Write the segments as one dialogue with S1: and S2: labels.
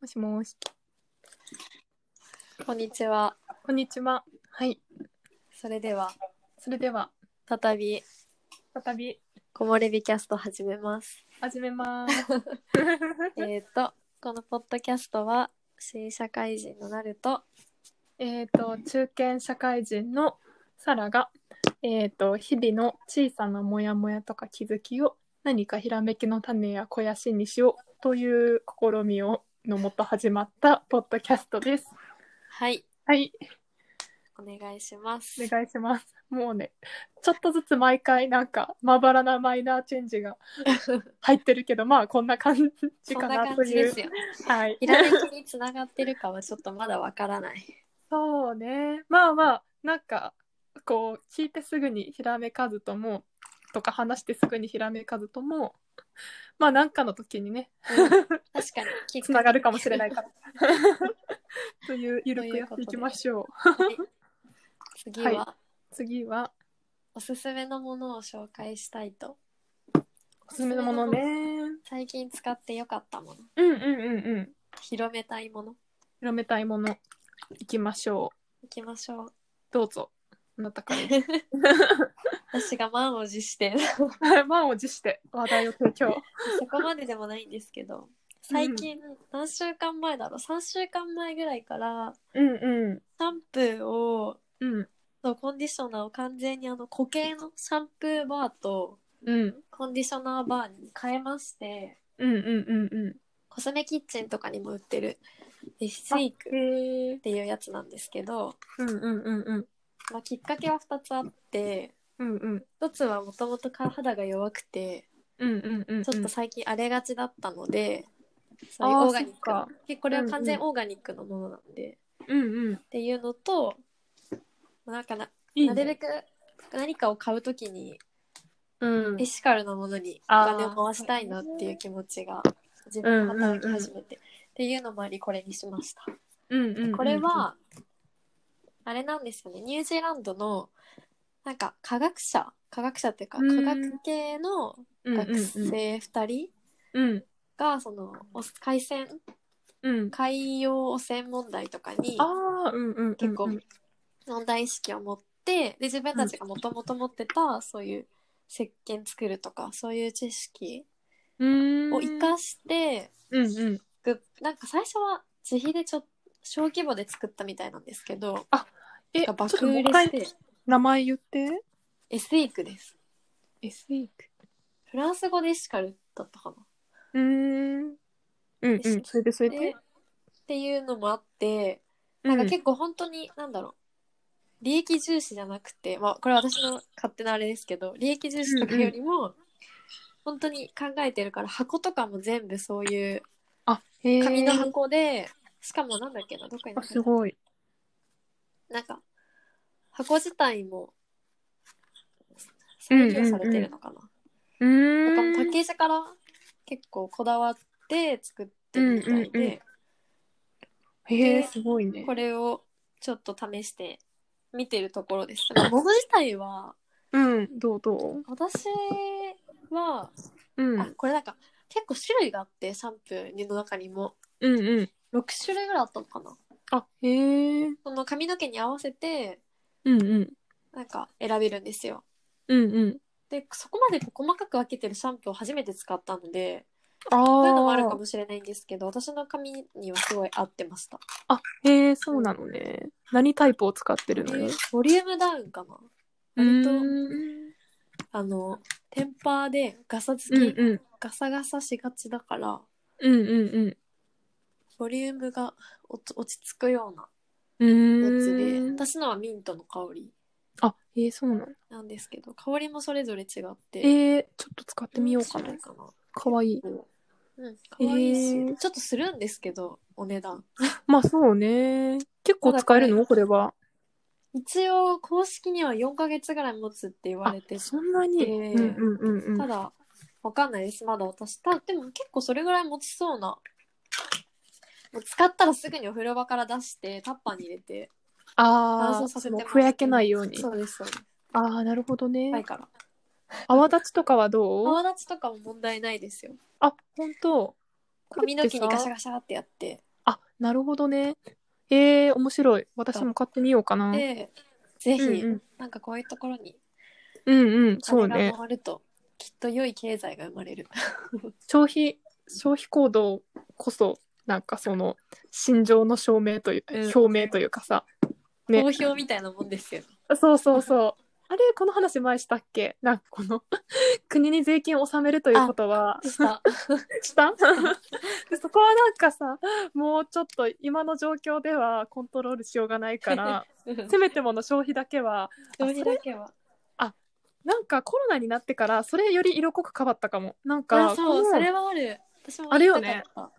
S1: もしもし。
S2: こんにちは。
S1: こんにちは。はい。
S2: それでは、
S1: それでは、
S2: 再び、
S1: 再び
S2: 木漏れ日キャスト始めます。
S1: 始め ます。
S2: えっと、このポッドキャストは、新社会人のなると、
S1: えっと、中堅社会人のサラが、えっ、と、日々の小さなモヤモヤとか気づきを何かひらめきの種や肥やしにしようという試みをのもと始まったポッドキャストです。
S2: はい、
S1: はい、
S2: お願いします。
S1: お願いします。もうね、ちょっとずつ毎回なんかまばらなマイナーチェンジが入ってるけど、まあこんな感じ
S2: そん
S1: か
S2: な
S1: な
S2: 感
S1: と
S2: じ
S1: い
S2: で
S1: う
S2: す。よ。
S1: はい
S2: ひ。らめきにつながってるかはちょっとまだわからない。
S1: そうね。まあまあ、なんか、こう、聞いてすぐにひらめかずとも、とか話してすぐにひらめかずとも、 まあなんかの時にね、
S2: うん確かに、きっ
S1: つながるかもしれないから。 という、ゆるくやっていきましょう。
S2: はい次は、
S1: は次は、
S2: おすすめのものを紹介したいと。
S1: おすすめのものね。うん
S2: 最近使ってよかったもの。
S1: うんうんうん。
S2: 広めたいもの。
S1: 広めたいもの、いきましょう。
S2: いきましょう。
S1: どうぞ。あなた から
S2: 私が満を持して。
S1: 満を持して話題を提供。
S2: そこまででもないんですけど最近何週間前だろう3週間前ぐらいから
S1: うんう
S2: シャンプーを
S1: ん。うん
S2: そうコンディショナーを完全にあの固形のシャンプーバーと
S1: うん。
S2: コンディショナーバーに変えまして
S1: うんうんうんう
S2: コスメキッチンとかにも売ってるリスイー
S1: ん。
S2: クっ
S1: へえ。
S2: ていうやつなんですけど、
S1: うんうんうんうん。
S2: まあ、きっかけは2つあって
S1: うんうん。
S2: 1つはもともと肌が弱くて
S1: うんうんうんうん。
S2: ちょっと最近荒れがちだったので、そういう
S1: あー
S2: オーガニック
S1: そっ
S2: な
S1: か
S2: でこれは完全オーガニックのものなんで。
S1: うんうん。
S2: っていうのとなんかな,、
S1: いいね
S2: なるべく何かを買うときに
S1: うん
S2: エ。シカルなものにお
S1: あー
S2: 金を回したいなっていう気持ちが自分が働き始めて、っていうのもありこれにしました、
S1: うんうんうん。
S2: これはあれなんですよねニュージーランドのなんか科学者科学者っていうか
S1: うん
S2: 科学系の
S1: うんうん
S2: 学生2人
S1: うん。
S2: がそのお海鮮
S1: うんうん。
S2: 海洋汚染問題とかに
S1: ああ、うんうんうん。
S2: 結構
S1: うん
S2: 問題意識を持ってで自分たちがもともと持ってたそういう石鹸作るとかそういう知識
S1: うん。
S2: を生かして
S1: うんうん。
S2: ぐなんか最初は自費でちょっと小規模で作ったみたいなんですけど
S1: え、ち
S2: なん
S1: ょ
S2: か
S1: っと
S2: 爆
S1: もう
S2: 売
S1: 一
S2: れ
S1: 回
S2: して
S1: 名前言って。
S2: エスイークです
S1: エスイーク。
S2: フランス語でエシカルだったかな
S1: うーん。うんうん。それでそれ
S2: で
S1: で
S2: っ。ていうのもあって
S1: な
S2: なんか結構本当になんだろう利益重視じゃなくて、まあ、これは私の勝手なあれですけど利益重視とかよりも、本当に考えてるから箱とかも全部そういう
S1: あ、へえ。
S2: 紙の箱で、しかもなんだっけなどこに
S1: あ、すごい。
S2: なんか箱自体も
S1: うんうんう
S2: 再
S1: ん
S2: 利用されてるのか
S1: う
S2: な、だからもうパッ
S1: ーん。
S2: ケージから結構こだわって作ってるみたいで、
S1: うんうんへえ、すごいね
S2: こ。れをちょっと試して見てるところですでも物自体は
S1: うん。どうどう
S2: 私は、
S1: うん。
S2: あこれなんか結構種類があってシャンプーの中にも
S1: うんうん。
S2: 6種類ぐらいあったのかな
S1: あ、へえ。
S2: その髪の毛に合わせて
S1: うんうん。
S2: なんか選べるんですよ
S1: うんうん。
S2: でそこまで細かく分けてるシャンプーを初めて使ったので
S1: ああ。
S2: そういうのもあるかもしれないんですけど私の髪にはすごい合ってました
S1: あ、へえ、そうなのね。何タイプを使ってるのよ。
S2: ボリュームダウンかな割とあのテンパーでガサつき、
S1: うんうん。
S2: ガサガサしがちだから
S1: うんうん
S2: ボリュームがおつ落ち着くような
S1: うん。う
S2: や
S1: ー
S2: つで
S1: ん。
S2: 私のはミントの香り
S1: あ、へえ、そうなの。
S2: なんですけど香りもそれぞれ違って
S1: え
S2: やっ
S1: ー、ちょっと使ってみようかな。
S2: かな
S1: かわいい。
S2: うん可愛いし、
S1: えー
S2: ちょっとするんですけどお値段
S1: まあそうね。結構使えるのこれは。
S2: 一応公式には4ヶ月ぐらい持つって言わ
S1: あ
S2: れて、
S1: そんなに。
S2: え
S1: うん
S2: ー
S1: うんうんう
S2: た
S1: ん。
S2: だわかんないですまだ私たでも結構それぐらい持ちそうなもう使ったらすぐにお風呂場から出してタッパーに入れて乾
S1: あ
S2: 燥
S1: あ、
S2: さ
S1: そ
S2: せて
S1: の
S2: ます
S1: ふやけないように。
S2: そうですそうです
S1: ああ、なるほど
S2: 高い
S1: ね。
S2: から
S1: 泡立ちとかはどう
S2: 泡立ちとかも問題ないですよ
S1: あ、ほんと。
S2: 髪の毛にガシャ
S1: ガシ
S2: ガシャってやって
S1: なるほどね。えー、面白い。私も買ってみようかな。
S2: で、ぜひ、
S1: うんうん
S2: なんかこういうところに
S1: うんうん、そ
S2: 金
S1: う
S2: が
S1: ね。
S2: 回ると、きっと良い経済が生まれる。
S1: 消費、消費行動こそ、なんかその、心情の証明という、
S2: うん
S1: 表明というかさ。ね
S2: 投票みたいなもんですよ。
S1: そうそうそう。あれ、この話前したっけなんかこの、国に税金を納めるということは、
S2: した。
S1: したでそこはなんかさもうちょっと今の状況ではコントロールしようがないから せめてもの消費だけは
S2: 消費だけは。
S1: なんかコロナになってからそれより色濃く変わったかもなん
S2: あ
S1: か
S2: そ
S1: こ
S2: う、
S1: の
S2: それはある。私も
S1: あるよね
S2: 言いたかっ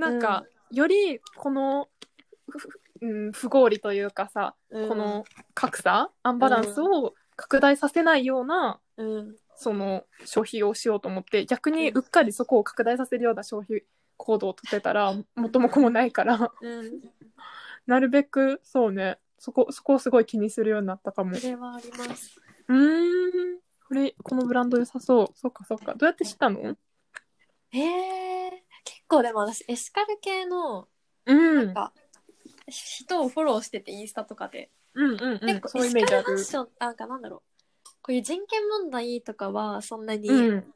S1: なんかよりこの、ふうん、不合理というかさ、
S2: た。うん
S1: こ、の格差アンバランスを拡大させないような
S2: うん。
S1: その消費をしようと思って逆に
S2: うん
S1: うっかりそこを拡大させるような消費行動をとってたら元も子もないから。
S2: うん。
S1: なるべく、そうね。そこ、そこをすごい気にするようになったかも。
S2: それはあります。
S1: うーん。これ、このブランド良さそう。そっかそっか。どうやって知ったの
S2: えー、結構でも私、エシカル系の
S1: うん。う
S2: なんんか人をフォローしてて、インスタとかで。
S1: うんうん
S2: 結。構、
S1: そういう
S2: エ
S1: イ
S2: シ
S1: メージ
S2: カ
S1: あ
S2: ルファ
S1: る
S2: ッ。ション、なんかなんだろう。こういう人権問題とかは、そんなに
S1: うん。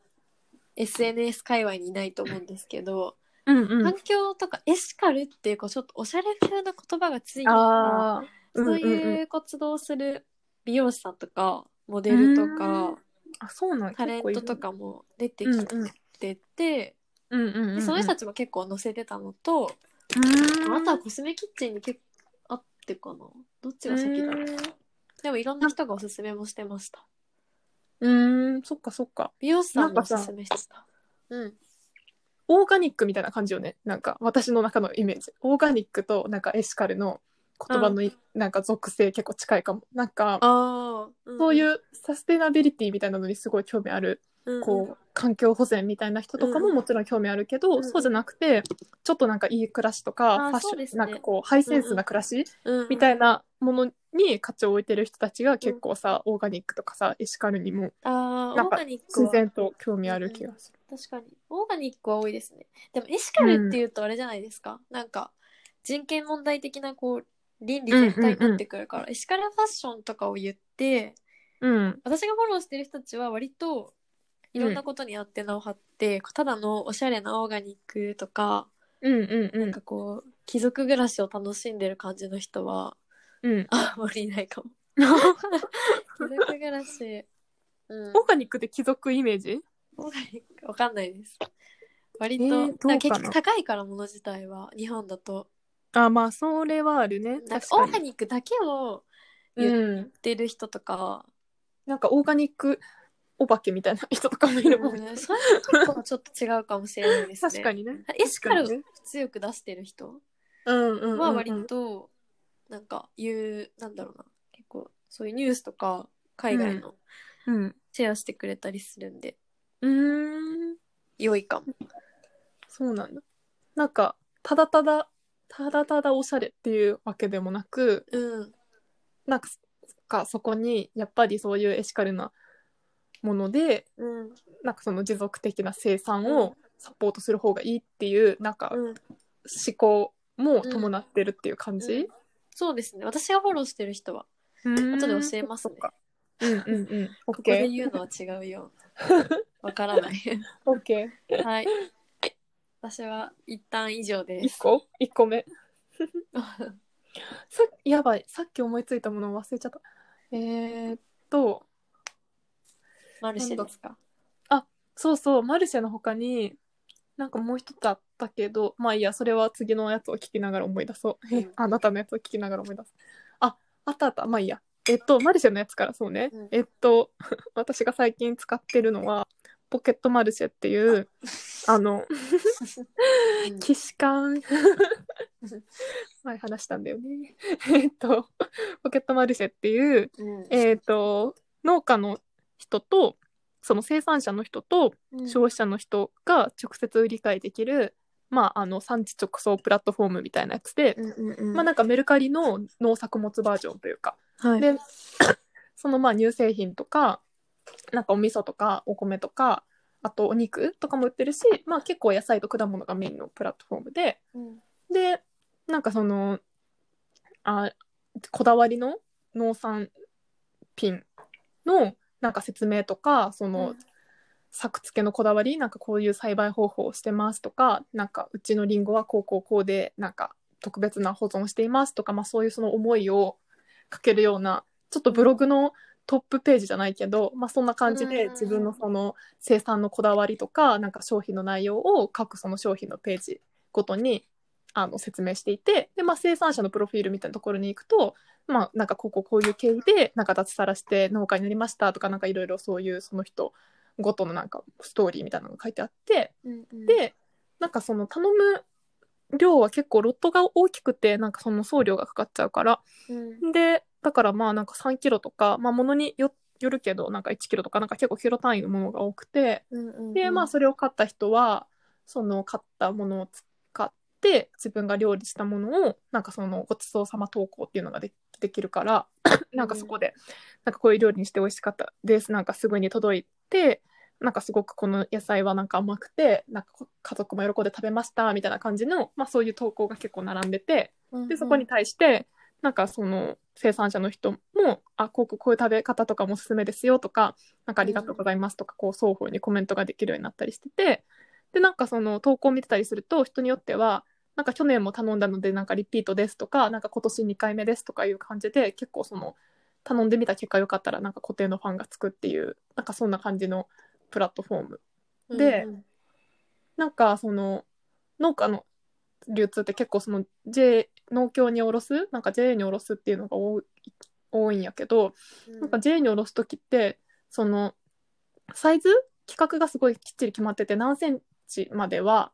S2: SNS 界隈にいないと思うんですけど、
S1: うんうん
S2: 環。境とかエシカルっていう、こう、ちょっとおしゃれ風な言葉がついてるから
S1: ああ。
S2: そう
S1: うんうん
S2: いう活動をする美容師さんとか、モデルとか、
S1: あ、そうなん
S2: タレントと。かも出てき
S1: うんうん
S2: てて、
S1: うんうんうんうん。
S2: でその人たちも結構載せてたのと、
S1: うーん。
S2: あとはコスメキッチンに結構あってかな。どっちが先だろう。でもいろんな人がおすすめもしてました。
S1: うーん、そっかそっか。
S2: 美容師さんも
S1: なん
S2: お
S1: かさ
S2: すすめしてた。うん。
S1: オーガニックみたいな感じよね。なんか、私の中のイメージ。オーガニックと、なんか、エシカルの言葉のい、なんか、属性結構近いかも。なんか、
S2: ああ、
S1: そういうサステナビリティみたいなのにすごい興味ある、
S2: うん、
S1: こう環境保全みたいな人とかも
S2: うん
S1: もちろん興味あるけど、
S2: うん
S1: そうじゃなくてちょっとなんかいい暮らしとか
S2: あー
S1: ファッシ
S2: そう
S1: ョン、
S2: ですね
S1: なんかこうハイセンスな暮らし
S2: うん、うん、
S1: みたいなものに価値を置いてる人たちが結構さ、オーガニックとかさエシカルにも
S2: ああ、
S1: な
S2: オ
S1: ん
S2: ー
S1: か
S2: ガニック
S1: 自
S2: は
S1: 然と興味ある気がする。
S2: 確かに。オーガニックは多いですね。でも、エシカルっていうとあれじゃないですか。なんか、人権問題的な、こう、倫理全体になってくるから、エシカルファッションとかを言って、
S1: うん、
S2: 私がフォローしてる人たちは割と、いろんなことにアンテナを張って、こうただのおしゃれなオーガニックとか、
S1: うん、うん、う
S2: なん
S1: ん
S2: かこう、貴族暮らしを楽しんでる感じの人は、
S1: うん。
S2: あんまりいない かも。貴族暮らし、うん、
S1: オーガニックで貴族イメージ
S2: オーガニ ックわかんないです。割
S1: え
S2: と、
S1: ー
S2: なん
S1: どう
S2: か
S1: かな
S2: 結局高いから物自体は日本だと。
S1: あまあそれはあるね
S2: なんか
S1: 確
S2: オ
S1: か
S2: ーガ
S1: に。
S2: ニックだけを
S1: うん、
S2: 売ってる人 とか、
S1: なんかオーガニックお化けみたいな人とかもいるもんね。
S2: うんそれは結構ちょっと違うかもしれないですね。
S1: 確かにね。
S2: エシカル
S1: 確かにね
S2: 強く出してる人
S1: うんうんうんうん
S2: は割と、なんか言う、なんだろうな、結構そういうニュースとか海外の
S1: うん。
S2: シェアしてくれたりするんで、
S1: うーん。
S2: 良いかも。
S1: そうなんだ。なんか、ただただ、ただただおしゃれっていうわけでもなく、
S2: うん。
S1: なんか、かそこに、やっぱりそういうエシカルなもので、
S2: うん。
S1: なんかその持続的な生産をサポートする方がいいっていう、なんか思
S2: うん。
S1: 考も伴ってるっていう感じ、
S2: そうですね。私がフォローしてる人は、
S1: うーん
S2: 後で教えますね。
S1: そっかうんうん うん。オッ
S2: ここで
S1: ケ
S2: 言うのは違うよ。 わから ない。
S1: ー。オッケ
S2: はい。私は一旦以上
S1: ー。
S2: で
S1: 一
S2: す。
S1: 個一個目。さやばいさっき思いついたものを忘れちゃったえー、っと
S2: マルシェですか。
S1: そうそうマルシェの他になんかもう一つあったけどまあいいやそれは次のやつを聞きながら思い出そう、
S2: うん
S1: あなたのやつを聞きながら思い出すああったあったまあいいやえっとマルシェのやつからそうね、
S2: うん
S1: えっと 私が最近使ってるのはポケットマルシェっていうあの
S2: うん
S1: 騎士館前話したんだよねえっとポケットマルシェっていう
S2: うん
S1: えー、と農家の人とその生産者の人と
S2: うん
S1: 消費者の人が直接売り買いできる、まあ、あの産地直送プラットフォームみたいなやつで、
S2: うんうんうん
S1: まあ、なんかメルカリの農作物バージョンというか
S2: はい
S1: で そのまあ乳製品とかなんかお味噌とかお米とかあとお肉とかも売ってるし、まあ、結構野菜と果物がメインのプラットフォームで
S2: うん
S1: でなんかそのあこだわりの農産品のなんか説明とかその、作付けのこだわりなんかこういう栽培方法をしてますとかなんかうちのリンゴはこうこうこうでなんか特別な保存していますとか、まあ、そういうその思いをかけるようなちょっとブログのトップページじゃないけど、まあ、そんな感じ
S2: う
S1: で
S2: ん
S1: 自分のその生産のこだわりとかなんか商品の内容を各その商品のページごとにあの説明していてで、まあ、生産者のプロフィールみたいなところに行くと、まあ、なんかこうこうこういう経緯でなんか脱サラして農家になりましたとかなんかいろいろそういうその人ごとのなんかストーリーみたいなのが書いてあって
S2: うんうん、
S1: でなんかその頼む量は結構ロットが大きくてなんかその送料がかかっちゃうから
S2: うん、
S1: でだからまあなんか3キロとかまあものによよるけどなんか1キロとかなんか結構キロ単位のものが多くて
S2: うんうんうん、
S1: でまあそれを買った人はその買ったものを使って自分が料理したものをなんかそのごちそうさま投稿っていうのがでできるからなんかそこでなんかこういう料理にして美味しかったですなんかすぐに届いてなんかすごくこの野菜はなんか甘くてなんかこ家族も喜んで食べましたみたいな感じの、まあ、そういう投稿が結構並んでてでそこに対してなんかその生産者の人も「あこうこうこういう食べ方とかもおすすめですよ」とか「なんかありがとうございます」とかこう双方にコメントができるようになったりしててでなんかその投稿を見てたりすると人によってはなんか去年も頼んだのでなんかリピートですとかなんか今年2回目ですとかいう感じで結構その頼んでみた結果よかったらなんか固定のファンがつくっていうなんかそんな感じのプラットフォーム
S2: うん
S1: でなんかその農家の流通って結構その J 農協に卸すなんか JA に卸すっていうのが多い多いんやけど、
S2: うん、
S1: なんか JA に卸す時ってそのサイズ規格がすごいきっちり決まってて何センチまでは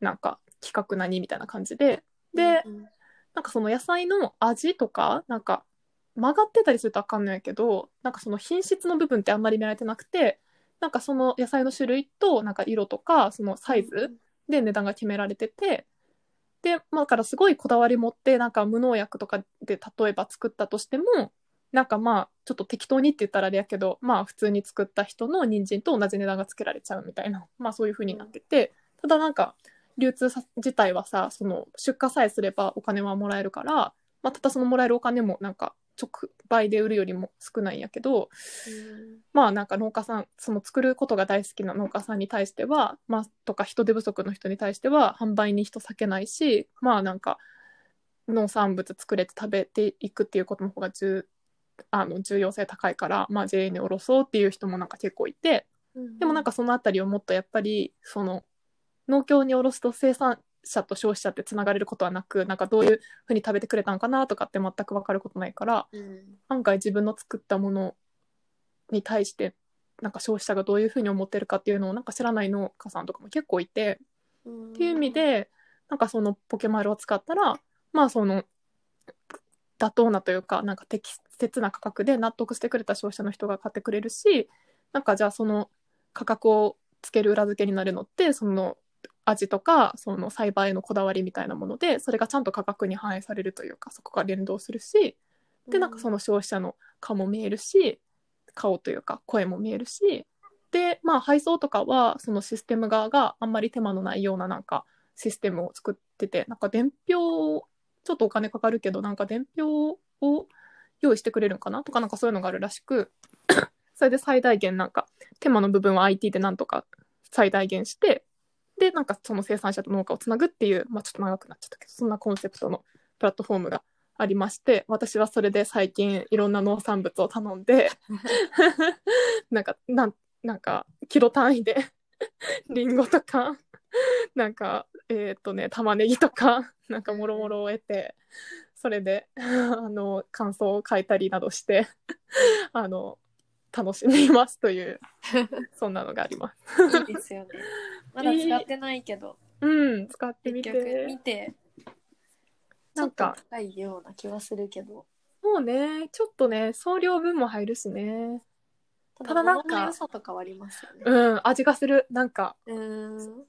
S1: なんか規格何みたいな感じでで
S2: うんうん
S1: なんかその野菜の味とかなんか曲がってたりするとあかんのやけどなんかその品質の部分ってあんまり見られてなくてなんかその野菜の種類となんか色とかそのサイズ、で値段が決められててで、まあ、だからすごいこだわり持ってなんか無農薬とかで例えば作ったとしてもなんかまあちょっと適当にって言ったらあれやけどまあ普通に作った人の人参と同じ値段がつけられちゃうみたいなまあそういう風になっててただなんか流通さ自体はさその出荷さえすればお金はもらえるから、まあ、ただそのもらえるお金もなんか直売で売るよりも少ないんやけど、
S2: うん
S1: まあなんか農家さんその作ることが大好きな農家さんに対しては、まあ、とか人手不足の人に対しては販売に人避けないしまあなんか農産物作れて食べていくっていうことの方が重あの重要性高いから、まあ、JA にろそうっていう人もなんか結構いて
S2: うん、
S1: でもなんかそのあたりをもっとやっぱりその農協に卸すと生産者と消費者ってつながれることはなくなんかどういうふうに食べてくれたのかなとかって全く分かることないから
S2: うん、
S1: 案外自分の作ったものに対してなんか消費者がどういうふうに思ってるかっていうのをなんか知らない農家さんとかも結構いて、
S2: っ
S1: っていう意味、でなんかそのポケマルを使ったらまあその妥当なというかなんか適切な価格で納得してくれた消費者の人が買ってくれるしなんかじゃあその価格をつける裏付けになるのってその味とかその栽培のこだわりみたいなものでそれがちゃんと価格に反映されるというかそこが連動するしでなんかそ
S2: の、
S1: の消費者の顔も見えるし顔というか声も見えるしでまあ配送とかはそのシステム側があんまり手間のないようななんかシステムを作っててなんか伝票をちょっとお金かかるけどなんか伝票を用意してくれるんかなとかなんかそういうのがあるらしく それで最大限なんか手間の部分は IT でなんとか最大限してでなんかその生産者と農家をつなぐっていう、まあ、ちょっと長くなっちゃったけどそんなコンセプトのプラットフォームがありまして私はそれで最近いろんな農産物を頼んで なんかなんなんかキロ単位で リンゴとかなんかえーっ、とね玉ねぎとかなんかもろもろを得てそれで あの感想を書いたりなどしてあの楽しんでいますというそんなのがあります。
S2: いいですよね。まだ使ってないけど、
S1: うん使ってみ
S2: 結局見
S1: て
S2: て、ち
S1: な
S2: ょっ
S1: ん
S2: と
S1: か
S2: 高いような気はするけど、
S1: もうねちょっとね送料分も入るしね
S2: た
S1: ただ
S2: だな
S1: なんんか
S2: か良さとかはありますよね。
S1: うん味がするなんか
S2: うん、うん、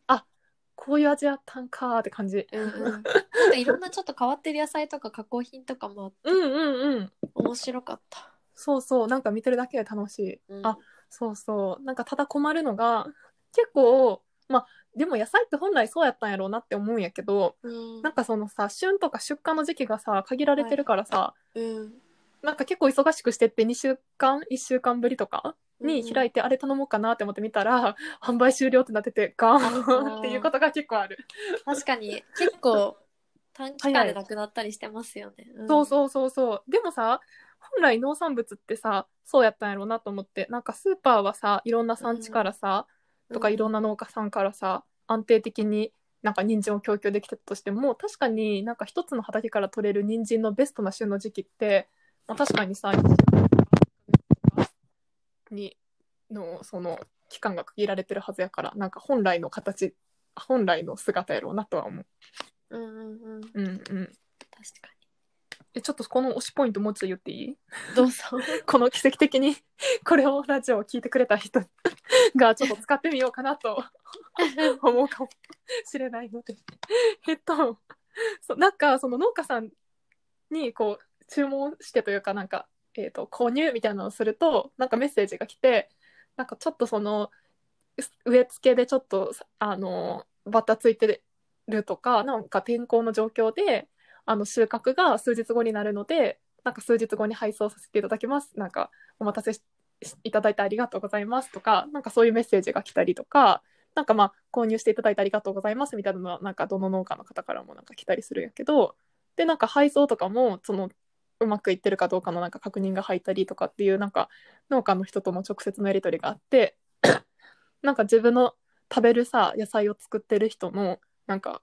S1: こういう味あったんかーって感じ。
S2: うん。なんかいろんなちょっと変わってる野菜とか加工品とかも
S1: うんうんうん。
S2: 面白かった。
S1: そうそう。なんか見てるだけで楽しい。
S2: うん
S1: あ、そうそう。なんかただ困るのが、結構、まあ、でも野菜って本来そうやったんやろうなって思うんやけど
S2: うん
S1: なんかそのさ旬とか出荷の時期がさ限られてるからさ、
S2: うん
S1: なんか結構忙しくしてって2週間1週間ぶりとかに開いて、あれ頼もうかなって思って見たら販売終了ってなっててガーン
S2: ー
S1: っていうことが結構ある、
S2: 確かに結構短期間でなくなったりしてますよね。うん
S1: そうそうそうそうでもさ本来農産物ってさそうやったんやろうなと思ってなんかスーパーはさいろんな産地からさ、とかいろんな農家さんからさ安定的になんか人参を供給できてたとしても確かになんか一つの畑から取れる人参のベストな旬の時期って、まあ、確かにさにのその期間が区切られてるはずやからなんか本来の形本来の姿やろうなとは思う。
S2: うんうんうん確
S1: うんうん、
S2: か
S1: えちょっとこの推しポイントもうちょい言っていい
S2: に。どうぞ。
S1: この奇跡的にこれをラジオを聞いてくれた人がちょっと使ってみようかなと 思うかもしれないのでえっとそうなんかその農家さんにこう注文してというかなんか、えっと購入みたいなのをするとなんかメッセージが来てなんかちょっとその植え付けでちょっとあのバタついてるとかなんか天候の状況であの収穫が数日後になるのでなんか数日後に配送させていただきます。なんかお待たせししいただいてありがとうございますとか、なんかそういうメッセージが来たりとか、なんかまあ購入していただいてありがとうございますみたいなのはなんかどの農家の方からもなんか来たりするんやけど、でなんか配送とかもそのうまくいってるかどうかのなんか確認が入ったりとかっていうなんか農家の人とも直接のやり取りがあって、 なんか自分の食べるさ野菜を作ってる人のなんか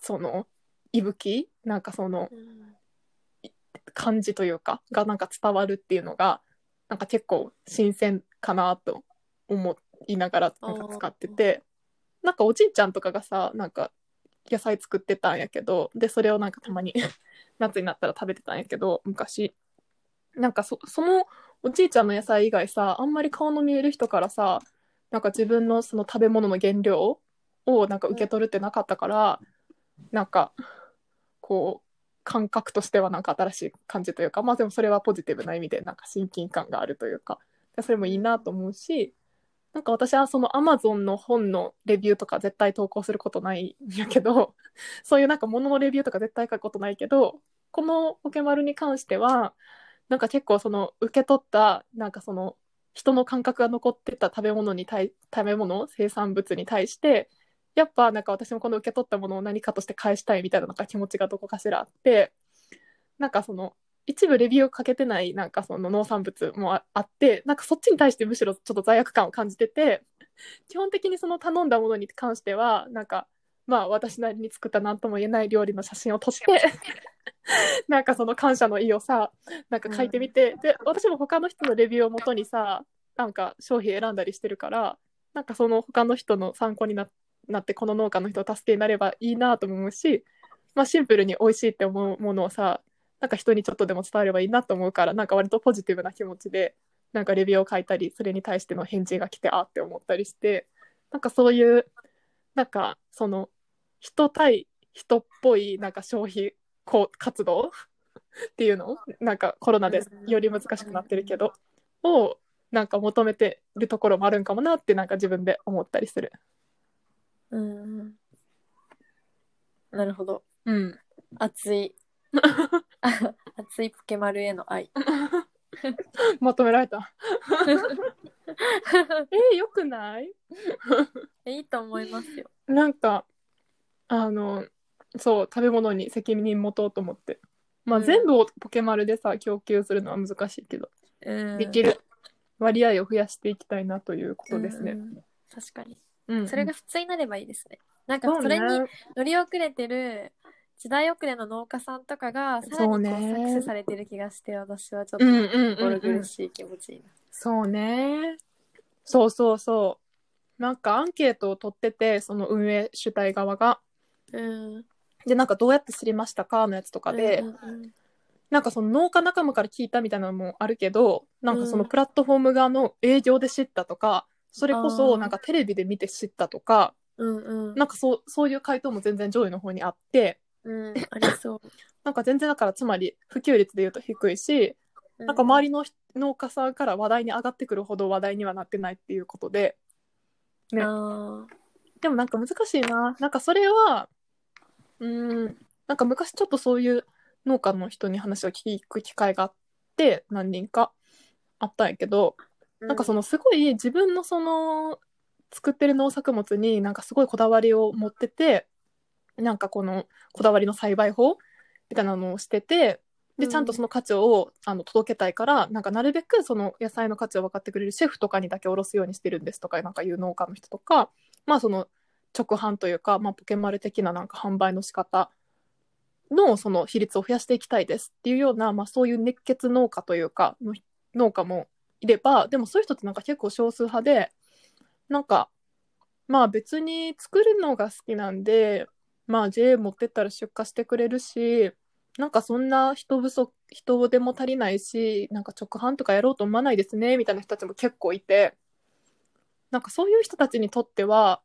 S1: その息吹なんかその
S2: うん
S1: 感じというかがなんか伝わるっていうのがなんか結構新鮮かなと思いながらなんか使っててなんかおじいちゃんとかがさなんか野菜作ってたんやけどでそれをなんかたまに 夏になったら食べてたんやけど昔なんかそそのおじいちゃんの野菜以外さあんまり顔の見える人からさなんか自分のその食べ物の原料をなんか受け取るってなかったから、なんかこう感覚としてはなんか新しい感じというかまあでもそれはポジティブな意味でなんか親近感があるというかでそれもいいなと思うしなんか私はそのアマゾンの本のレビューとか絶対投稿することないんやけど そういうなんか物のレビューとか絶対書くことないけどこのポケマルに関してはなんか結構その受け取ったなんかその人の感覚が残ってた食べ物に対食べ物生産物に対してやっぱなんか私もこの受け取ったものを何かとして返したいみたいななんか気持ちがどこかしらあってなんかその一部レビューをかけてないなんかその農産物もああってなんかそっちに対してむしろちょっと罪悪感を感じてて基本的にその頼んだものに関してはなんかまあ私なりに作った何とも言えない料理の写真を撮ってなんかその感謝の意をさなんか書いてみて、で私も他の人のレビューをもとにさなんか商品選んだりしてるからなんかその他の人の参考になってなってこの農家の人を助けになればいいなとも思うし、まあ、シンプルに美味しいって思うものをさなんか人にちょっとでも伝わればいいなと思うからなんか割とポジティブな気持ちでなんかレビューを書いたりそれに対しての返事が来てあって思ったりしてなんかそういうなんかその人対人っぽいなんか消費こう活動 っていうのなんかコロナでより難しくなってるけどをなんか求めてるところもあるんかもなってなんか自分で思ったりする。
S2: うんうんなるほど。
S1: うん
S2: 熱 い。あ熱いポケマルへの 愛。
S1: まとめられた。えー、よくない
S2: いいと思いますよ。
S1: なんか、あの、そう、食べ物に責任持とうと思って。まあ、
S2: うん
S1: 全部をポケマルでさ、供給するのは難しいけど、
S2: うん、
S1: でき
S2: る
S1: る割合を増やしていきたいなということですね。
S2: 確かに。
S1: うん
S2: それが普通になればいいですね。なん
S1: そ
S2: か
S1: う
S2: それに
S1: ね
S2: 乗り遅れてる時代遅れの農家さんとかがさらに
S1: そ
S2: こ
S1: う
S2: う
S1: ね
S2: サクセされてる気がして私はちょっ
S1: うんうん
S2: と
S1: うん
S2: 心
S1: う
S2: 苦
S1: ん。
S2: しい気持ちになる
S1: そうね。そうそうそう。なんかアンケートを取ってて、その運営主体側が。
S2: うん
S1: で、なんかどうやって知りましたかのやつとかで、
S2: うんうん
S1: なんかその農家仲間から聞いたみたいなのもあるけど、なんかそうの
S2: ん
S1: プラットフォーム側の営業で知ったとか、それこ
S2: あ
S1: そ
S2: ー
S1: なんかテレビで見て知ったとか、
S2: うんうん
S1: なんかそう、そういう回答も全然上位の方にあって、
S2: うんありそう
S1: なんか全然だからつまり普及率で言うと低いし、
S2: う
S1: なんか周りの人農家さんから話題に上がってくるほど話題にはなってないっていうことで、ね
S2: あー
S1: でもなんか難しいな。なんかそれは、うーん、なんか昔ちょっとそういう農家の人に話を聞く機会があって、何人かあったんやけど、なんかそ
S2: の、
S1: のすごい自分のその作ってる農作物になんかすごいこだわりを持ってて、なんかこのこだわりの栽培法みたいなのをしてて、で、
S2: うん
S1: ちゃんとその価値をあの届けたいから、なんかなるべくその野菜の価値を分かってくれるシェフとかにだけおろすようにしてるんですとか、なんかいう農家の人とか、まあその直販というか、まあポケマル的ななんか販売の仕方のその比率を増やしていきたいですっていうような、まあそういう熱血農家というか、の農家もいればでもそういう人ってなんか結構少数派でなんかまあ別に作るのが好きなんでまあ JA 持ってったら出荷してくれるしなんかそんな人不足人手も足りないしなんか直販とかやろうと思わないですねみたいな人たちも結構いてなんかそういう人たちにとっては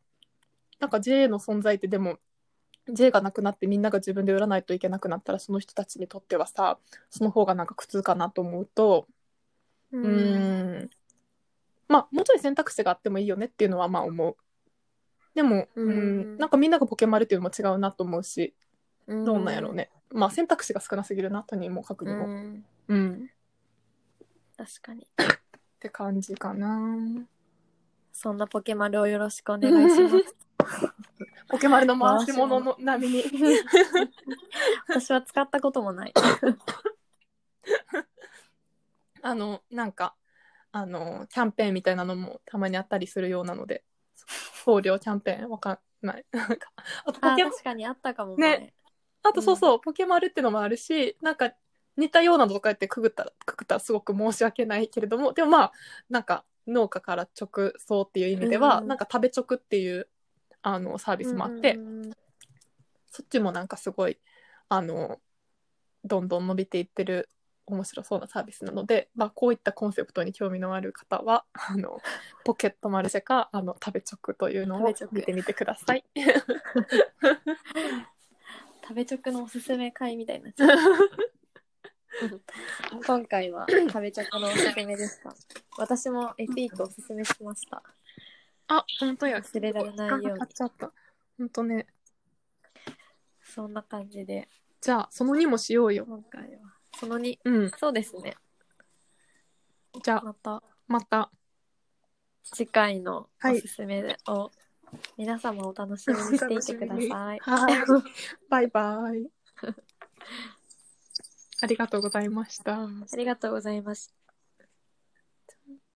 S1: なんか JA の存在ってでも J がなくなってみんなが自分で売らないといけなくなったらその人たちにとってはさその方がなんか苦痛かなと思うと、
S2: う
S1: う。ーんまあもうちょい選択肢があってもいいよねっていうのはまあ思うでもう
S2: うんん
S1: なんかみんながポケマルっていうのも違うなと思うし
S2: ど
S1: どうなんやろうね、まあ選択肢が少なすぎるなとにもかくに
S2: う
S1: も
S2: ん。
S1: うん、
S2: 確かに。
S1: って感じかな
S2: そんなポケマルをよろしくお願いします。
S1: ポケマルの回し物の波に
S2: 私は使ったこともない。
S1: あのなんかあのキャンペーンみたいなのもたまにあったりするようなので送料キャンペーンわかんない なんかあと
S2: あ
S1: ポ
S2: ー、
S1: ケマ
S2: 確かにあったかも
S1: ね。あとそうそう、ポケマルってのもあるし、なんか似たようなのとかやってくぐったら、くぐったらすごく申し訳ないけれども、でもまあ、なんか農家から直送っていう意味では、
S2: うん
S1: なんか食べ直っていうあのサービスもあって、
S2: うんうんうん
S1: そっちもなんかすごい、あの、どんどん伸びていってる面白そうなサービスなので、まあこういったコンセプトに興味のある方は、 あの、ポケットマルシェか、あの、食べ直というのを
S2: 食べ直
S1: 見てみてください。
S2: 食べ直のおすすめ会みたいになっちゃった。 今回は食べ直のおすすめでした。私もエピークおすすめしました。
S1: あ、本当や。
S2: 忘れられないように
S1: 時間が経っちゃった。本当ね。
S2: そんな感じで、
S1: じゃあ、その2もしようよ。
S2: 今回は。その2、
S1: うん。
S2: そうですね。
S1: じゃあ、
S2: また
S1: また。
S2: 次回の
S1: は
S2: お
S1: い
S2: すすめを、皆様お楽しみにしていてくださ
S1: は
S2: い。
S1: い。 バイ バイ。ありがとうございました。
S2: ありがとうございました。